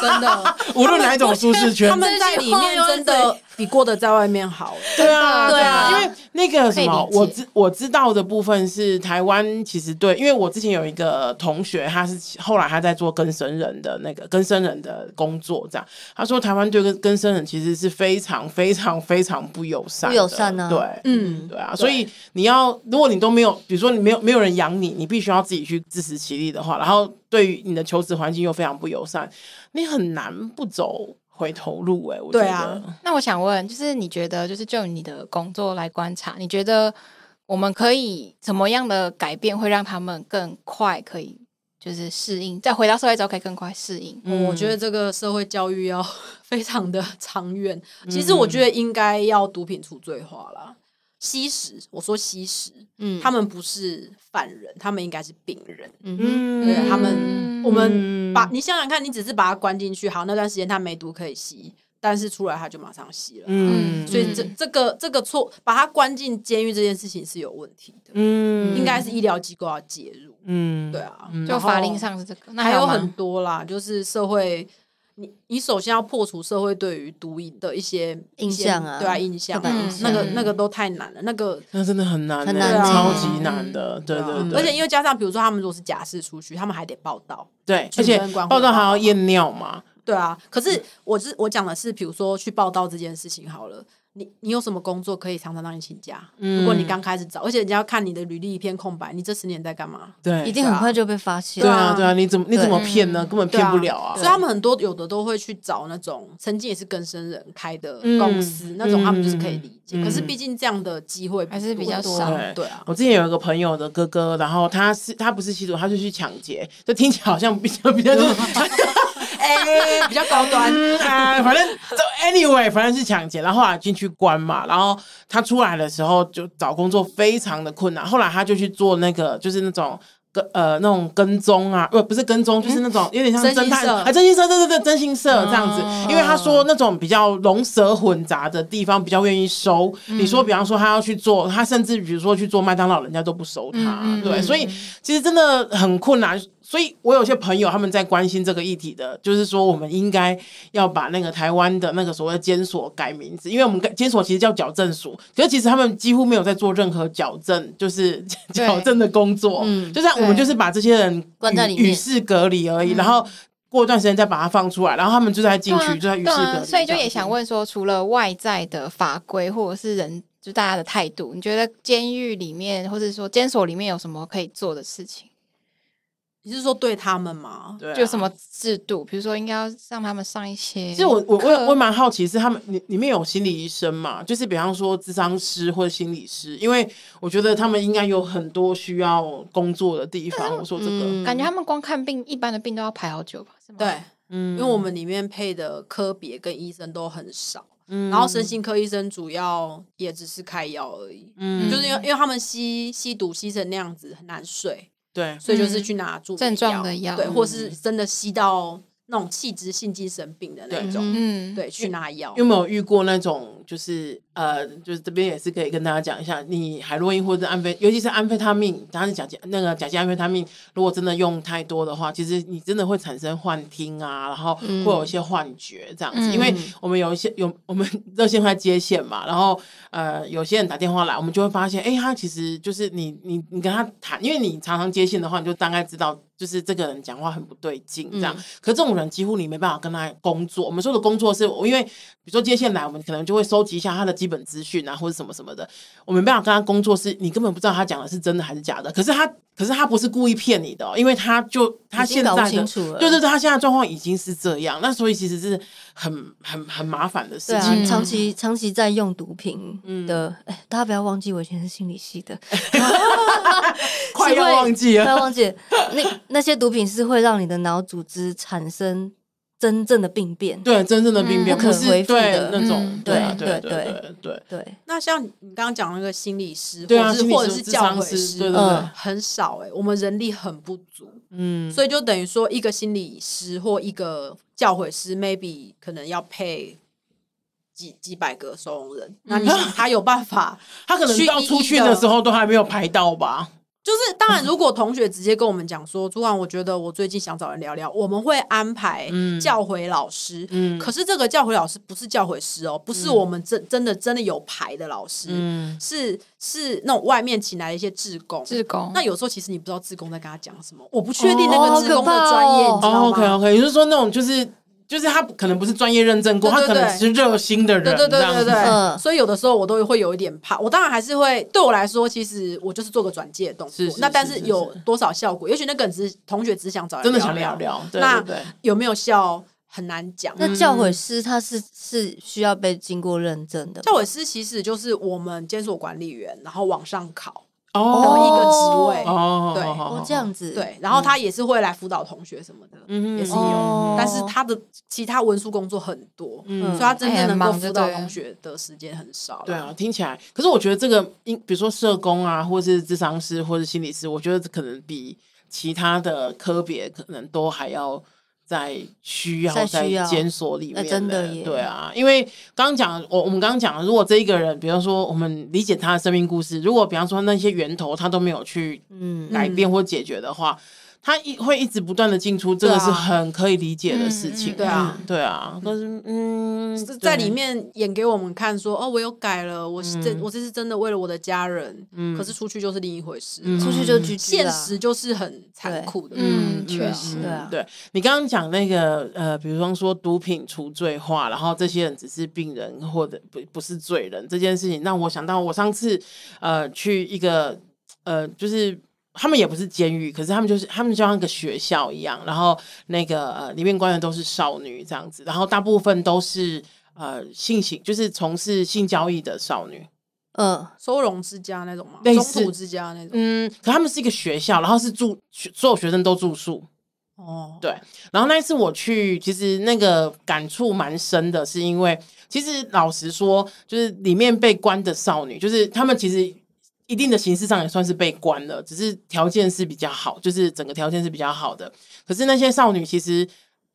真的。
啊 无论哪一种舒适圈
他，们在里面真的比过得在外面好。
对啊，
对啊
真的因为那个什么
可，以理解
我知我知道的部分是台湾其实对，因为我之前有一个同学，他是后来他在做更生人的那个更生人的工作，这样他说台湾对更更生人其实是非常非常非常不友善的，
不友善啊
对，
嗯，
对啊，所以你要，如果你都没有，比如说你没有没有人养你，你必须要自己去自食其力的话，然后对于你的求职环境又非常不友善，你很难不走回头路哎、我觉得
对啊，
那我想问，就是你觉得，就是就你的工作来观察，你觉得我们可以怎么样的改变会让他们更快可以就是适应，再回到社会之后可以更快适应？
嗯
我觉得这个社会教育要 非常的长远。
嗯
其实我觉得应该要毒品除罪化啦。吸食，我说吸食，
嗯
他们不是犯人，他们应该是病人。
嗯
嗯，
对啊他们
嗯
我们
嗯
把你想想看，你只是把他关进去，好，那段时间他没毒可以吸，但是出来他就马上吸了。
嗯，
所以这
嗯
这个这个错，把他关进监狱这件事情是有问题的，
嗯
应该是医疗机构要介入。
嗯
对啊，
嗯
就
然后
法令上是这个，那
还有
有吗
很多啦，就是社会，你你首先要破除社会对于毒瘾的一些
印象啊
一些对啊，印象
刻板
印
嗯
象
那个
嗯
那个都太难了，那个。
那真的很难、欸，
很难
超
欸
级难的，对
啊
嗯对对，
而且因为加上，比如说他们如果是假释出去，他们还得报道，
对，而
去
且
跟管
报
护
道还
办
要
嘛
验尿嘛，
对啊。可是我是我讲的是，比如说去报道这件事情好了，你你有什么工作可以常常让你请假？如果你刚开始找，而且人家要看你的履历一片空白，你这十年在干嘛？
对，啊
一定很快就被发现
对
了。
啊对啊，你怎么你怎么
对
骗呢？根本
对
骗不了啊，
所以他们很多有的都会去找那种曾经也是更生人开的
嗯
公司，那种他们就是可以理解。
嗯嗯
可是毕竟这样的机会不
还是比较
多
少
对啊。
我之前有一个朋友的哥哥，然后他是他不是吸毒，他是去抢劫，这听起来好像比较比较就是
哎、比较高端，
嗯啊，反正就 anyway，反正是抢劫，然后后来进去关嘛，然后他出来的时候就找工作非常的困难，后来他就去做那个就是那种。跟呃那种跟踪啊，不不是跟踪，就是那种有点像
征信
侦探
社
啊，征信社，对对对，征信社
哦
这样子。因为他说那种比较龙蛇混杂的地方比较愿意收。
嗯
你说，比方说他要去做，他甚至比如说去做麦当劳，人家都不收他，
嗯嗯
对，
嗯
所以其实真的很困难。所以我有些朋友他们在关心这个议题的，就是说我们应该要把那个台湾的那个所谓的监所改名字，因为我们监所其实叫矫正署，可是其实他们几乎没有在做任何矫正，就是
对
矫正的工作，
嗯
就像我们就
对
是把这些人
关在
与
里面
与世隔离而已，然后。过一段时间再把它放出来，然后他们就在进去，
嗯对啊
就在与世
对
隔离这
啊
样，子。
所以就也想问说，除了外在的法规或者是人，就大家的态度，你觉得监狱里面或者说监所里面有什么可以做的事情？
你是说对他们吗？
对啊
就什么制度，比如说应该要让他们上一些课，
其实我我我我蛮好奇是他们里里面有心理医生嘛，就是比方说智商师或者心理师，因为我觉得他们应该有很多需要工作的地方。我说这个，
嗯
感觉他们光看病，一般的病都要排好久吧？是吗？
对，
嗯
因为我们里面配的科别跟医生都很少，
嗯
然后身心科医生主要也只是开药而已，
嗯
就是因为因为他们吸吸毒吸成那样子很难睡，
对
所以就是去拿助眠
嗯症状的药
对，
嗯
或是真的吸到那种器质性精神病的那种，
嗯，
对，去拿药
有。没有遇过那种就是呃，就是这边也是可以跟大家讲一下，你海洛因或者安非，尤其是安非他命，它是甲基那个甲基安非他命，如果真的用太多的话，其实你真的会产生幻听啊，然后会
嗯
有一些幻觉这样子。
嗯
因为我们有一些有我们 热线会接线嘛，然后呃，有些人打电话来，我们就会发现，哎、他其实就是你你你跟他谈，因为你常常接线的话，你就大概知道。就是这个人讲话很不对劲，这样。
嗯
可这种人几乎你没办法跟他工作。我们说的工作是，我因为比如说接线来，我们可能就会收集一下他的基本资讯啊，或者什么什么的。我没办法跟他工作是，你根本不知道他讲的是真的还是假的。可是他，可是他不是故意骗你的、哦，因为他就他
已经
现在
搞不
的
清楚了
对对对，他现在状况已经是这样，那所以其实是很很很麻烦的事
对
情。
啊，
嗯
长期长期在用毒品的，哎、大家不要忘记，我以前是心理系的，
快
是会
要忘记 了，
不要忘记，那那些毒品是会让你的脑组织产生真正的病变。
对真正的病
嗯
变
不可
是
回复
对
的
那种
嗯，
对啊
对
对
对
对对
对，
那像你刚刚讲那个心理师，
对啊
或
心
者是
理
或者
师
是
智
教
商
诲
师
师，
对对
对
很少哎、我们人力很不足，
嗯，
所以就等于说一个心理师或一个教诲师，maybe 可能要配几几百个收容人。那
嗯
你想，他有办法？
他可能
去
到
一一
出去
的
的时候都还没有排到吧？
就是当
嗯
然，如果同学直接跟我们讲说，主管，我觉得我最近想找人聊聊，我们会安排
嗯
教诲老师。
嗯
可是这个教诲老师不是教诲师哦，不是我们真真的真的有牌的老师，
嗯，
是是那种外面请来的一些志工。
志工
那有时候其实你不知道志工在跟他讲什么，我不确定那
哦
个志工的
好可怕
专业，
哦
你知
哦
道
，OK
吗？
OK，也就是说那种就是就是他可能不是专业认证过，
对对
他可能
对
是热心的人，
对对对对
这
对，
样子
嗯
所以有的时候我都会有一点怕。我当然还是会，对我来说，其实我就是做个转介的动作。
是是
那
是
但
是
是
是
有多少效果？也许那个人只是同学只想找人
真的想
聊
聊，嗯聊，对
那
对对。
有没有效很难讲。
那教诲师他是是需要被经过认证的吗，
教委师其实就是我们监所管理员，然后往上考
哦
的一个职位。
哦，嗯
对
好好
哦
好
这样子，
对，然后他也是会来辅导同学什么的，
嗯
也是有。
哦，
但是他的其他文书工作很多，
嗯
所以他真
哎
正能够
忙就
辅导
对了
同学的时间很少。
对啊，，听起来，可是我觉得这个，因比如说社工啊，或是智商师，或是心理师，我觉得可能比其他的科别可能都还要再需要
再需
在
要
监所里面
那真的耶
对啊，因为刚刚讲，我我们刚刚讲，如果这一个人，比方说我们理解他的生命故事，如果比方说那些源头他都没有去
嗯，
改变或解决的话，他一会一直不断的进出，这个
对啊
是很可以理解的事情。
嗯嗯
对啊，
对啊，但是嗯，
是在
对
里面演给我们看说，哦，我有改了，我是这、
嗯
我这是真的为了我的家人，
嗯
可是出去就是另一回事，
嗯
出去就拒绝
现实就是很残酷的，
嗯
对
确
啊
实
嗯
对啊
对你刚刚讲那个呃，比方说毒品除罪化，然后这些人只是病人或者不不是罪人这件事情，让我想到我上次呃去一个呃就是。他们也不是监狱，可是他们就是他们就像一个学校一样，然后那个呃里面关的都是少女这样子，然后大部分都是呃性行，就是从事性交易的少女，
嗯，
收容之家那种嘛，
类
中
似
途之家那种，
嗯，可他们是一个学校，然后是住学所有学生都住宿，
哦，
对，然后那一次我去，其实那个感触蛮深的，是因为其实老实说，就是里面被关的少女，就是她们其实一定的形式上也算是被关了，只是条件是比较好，就是整个条件是比较好的。可是那些少女其实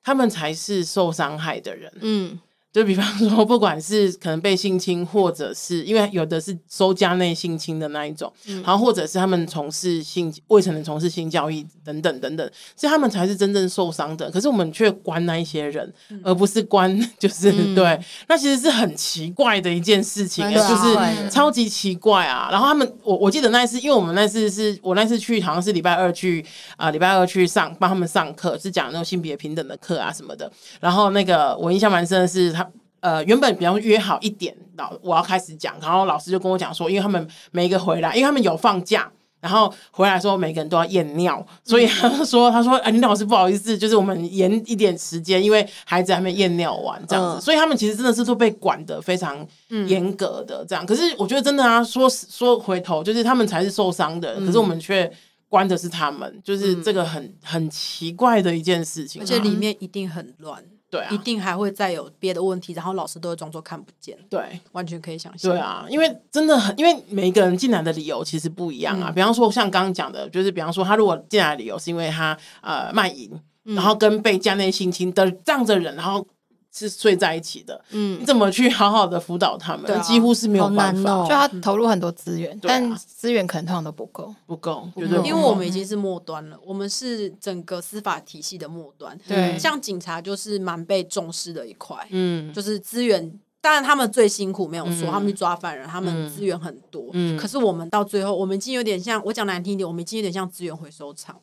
她们才是受伤害的人，
嗯，
就比方说，不管是可能被性侵，或者是因为有的是收家内性侵的那一种，
嗯
然后或者是他们从事性未成年从事性交易等等等等，所以他们才是真正受伤的。可是我们却关那一些人，
嗯
而不是关 就是、对，那其实是很奇怪的一件事情、欸
蛮
就
奇
是
怪的
超级奇怪啊！然后他们，我我记得那一次，因为我们那次是我那次去，好像是礼拜二去啊、呃礼拜二去上帮他们上课，是讲那种性别平等的课啊什么的。然后那个我印象蛮深的是他。呃，原本比方说约好一点，老我要开始讲，然后老师就跟我讲说，因为他们每一个回来，因为他们有放假，然后回来说每个人都要验尿，所以他就说他说啊，林老师不好意思，就是我们延一点时间，因为孩子还没验尿完这样子，
嗯
所以他们其实真的是都被管得非常
嗯
严格的这样。可是我觉得真的啊，说说回头，就是他们才是受伤的，
嗯
可是我们却关的是他们，就是这个很很奇怪的一件事情啊。
而且里面一定很乱，
对啊
一定还会再有别的问题，然后老师都会装作看不见，
对
完全可以想象，
对，啊，因为真的很，因为每一个人进来的理由其实不一样啊。比方说，像刚刚讲的，就是比方说，他如果进来的理由是因为他呃卖淫，然后跟被家内性侵的这样的人，然后是睡在一起的，
嗯
你，怎么去好好的辅导他们？
对啊
几乎是没有
好
办
难
法，
哦
就他投入很多资源，
对啊
但资源可能通常都不够。
不够，绝对不哦
因为
够
我
嗯
们已经是末端了，我们是整个司法体系的末端。
对
像警察就是蛮被重视的一块，
嗯
就是资源。当然，他们最辛苦没有错，
嗯
他们去抓犯人，他们
嗯
资源很多。
嗯
可是我们到最后，我们已经有点像，我讲难听一点，我们已经有点像资源回收 厂。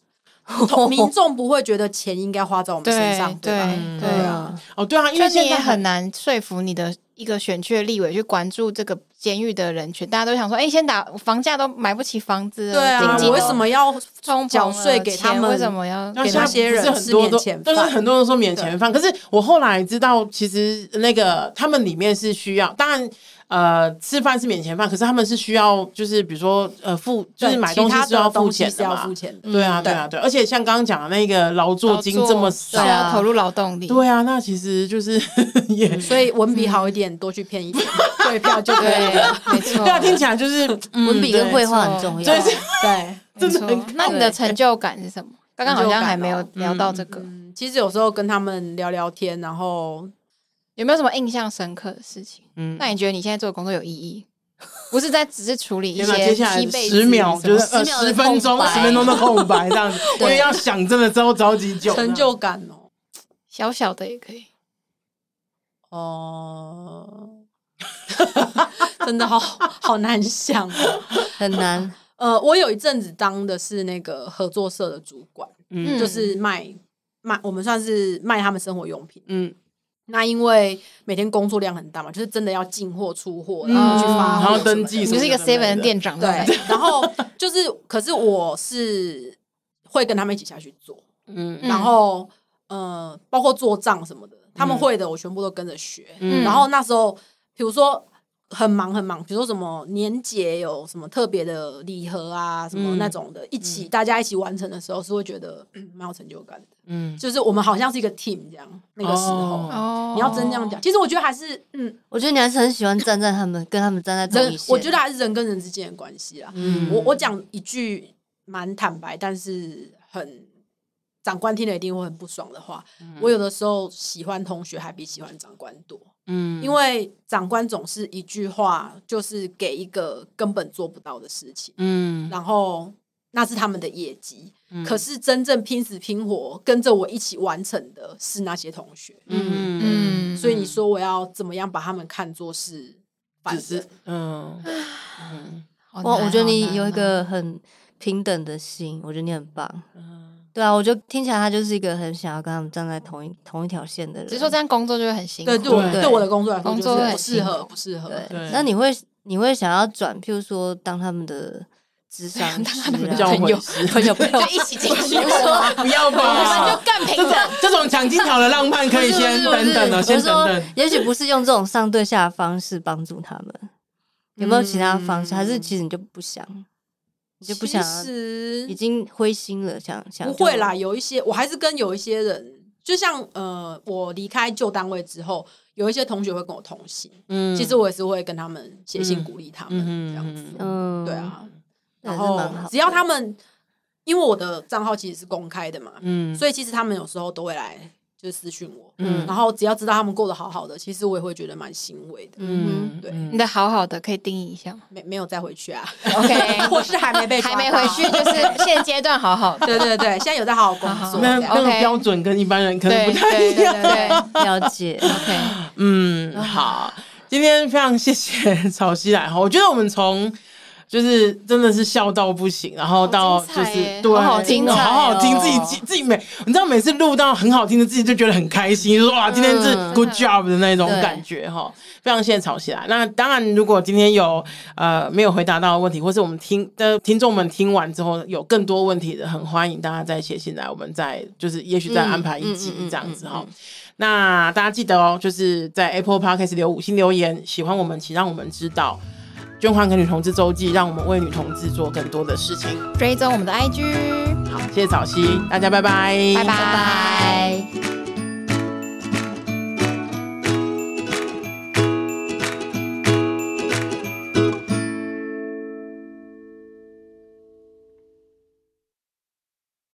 同民众不会觉得钱应该花在我们身上，
对
吧？
嗯
对
对
啊，
啊，
哦对啊，因
就
为
你
现
也
在
很难说服你的一个选区的立委去关注这个监狱的人权，大家都想说，哎，先打房价都买不起房子了，
对啊
经济，都
我为什么要
通膨
缴
了
税给他
钱
们
为什么要
那
给
现在
那些人
不是很多
吃
都
免钱，
但是
饭
很多人说免钱饭。可是我后来知道，其实那个他们里面是需要，当然呃，吃饭是免钱饭，可是他们是需要，就是比如说呃付，就是
对
买
其
东西
他
是要
的
付
东西
钱
是
的
要
嘛
付。钱嗯的。
对啊，对啊，对，而且像刚刚讲的那个劳作金这么少
对，
对
啊，
啊
投入劳动力，
对啊，那其实就是 也
所以文
嗯
笔好一点，多去骗一 点对票就可以了。
对，没
对
错，
嗯
啊，听起来就是
文笔跟绘画
没
很
错
重要，
对是
对，
没
真的
错
很高
那你的成就感是什么？刚刚好像还没有
成哦
聊到这个，
嗯，其实有时候跟他们聊聊天，然后
有没有什么印象深刻的事情？
嗯
那你觉得你现在做的工作有意义？不是在只是处理一
天哪接
些
下
七
来
倍
十秒就是呃
10秒的
十分钟
空白
十分钟的空 白这样子，因
对
为要想真的着着急久，
成就感哦。
小小的也可以。
哦， 真的好好难想哦。
很难。
呃，我有一阵子当的是那个合作社的主管，
嗯
就是卖卖，我们算是卖他们生活用品。
嗯，
那因为每天工作量很大嘛，就是真的要进货、出货，
嗯
然后去发
然
货什么的，
后登记
你
什么
就是一个
有的没
seven
的
的店长，
对，然后就是，可是我是会跟他们一起下去做，
嗯
嗯
然后呃，包括做账什么的，他们会的我全部都跟着学。
嗯
然后那时候，比如说很忙很忙，比如说什么年节有什么特别的礼盒啊，什么
嗯
那种的，一起大家一起完成的时候，是会觉得嗯蛮有成就感的。
嗯，
就是我们好像是一个 team 这样，那个时候。
哦
哦
你要真这样讲，，其实我觉得还是，嗯，
我觉得你还是很喜欢站在他们，跟他们站在同
人
一，线。
我觉得还是人跟人之间的关系啦。
嗯
我我讲一句蛮坦白，但是很长官听了一定会很不爽的话。我有的时候喜欢同学还比喜欢长官多，
嗯
因为长官总是一句话就是给一个根本做不到的事情，
嗯
然后那是他们的业绩。
嗯
可是真正拼死拼活跟着我一起完成的是那些同学，
嗯嗯，
嗯，
所以你说我要怎么样把他们看作是反
只
人？
是嗯嗯
好
哇，
难
我觉得
好
你
难
有一
哦
个很平等的心，我觉得你很棒。
嗯
对啊，我就听起来他就是一个很想要跟他们站在同一同一条线的人。
只是说这样工作就会很辛苦，
对，对我
对
对我的工作来说，
工
就
作
是
会
不
很
适
辛
合，
苦
不适合。
嗯对，
对
那你会你会想要转，譬如说当他们的智商
当他
师
们的
这样
啊，
会
朋友
是
朋友朋友一起进去， 我
不要
们
吧
就，更平
这种
等。
这种抢金条的浪漫可以
不是不
先
是不是
等等了，
我
先
是
等
说
等，，
也许不是用这种上对下的方式帮助他们，有没有其他方式？还是其实你就不想，你就不想要，
其实
已经灰心了，想想
不
就
会啦，，有一些我还是跟有一些人，就像呃，我离开旧单位之后，有一些同学会跟我同行，
嗯
其实我也是会跟他们写信
嗯
鼓励他
嗯
们
哼
这样子。
嗯
嗯，
对，啊，
也
然
是
后
蛮好
只要
的
他们，因为我的账号其实是公开的嘛，
嗯
所以其实他们有时候都会来就是私讯我，
嗯
然后只要知道他们过得好好的，其实我也会觉得蛮欣慰的。
嗯
对
嗯
你的好好的可以定义一下吗
没没有再回去啊，
？OK，
或是还没被
还
抓
没
到
回去，嗯就是现阶段好 好的。
对对对，现在有在好好工
好好
作。
那那个
OK
标准跟一般人可能
对
不
对
太
对对对
了解，
，OK，
嗯，好，今天非常谢谢曹熙来哈，我觉得我们从。就是真的是笑到不行，然后到
好精
就
彩
是
耶
对，
好好精彩哦
好好听自己记自己每，你知道每次录到很好听的自己就觉得很开心，就说哇，今天是
嗯
good job 的那种
对
感觉哈，非常谢谢曹熙来。那当然，如果今天有呃没有回答到的问题，或是我们听的听众们听完之后有更多问题的，很欢迎大家再写信来，我们再就是也许再
嗯
安排一
嗯
集
嗯嗯
这样子
嗯
哈。那大家记得哦，就是在 Apple Podcast 留五星留言，喜欢我们请让我们知道。捐款给女同志周记，让我们为女同志做更多的事情。
追踪我们的 IG，
好，谢谢早期，大家拜拜，
拜
拜
拜。
拜。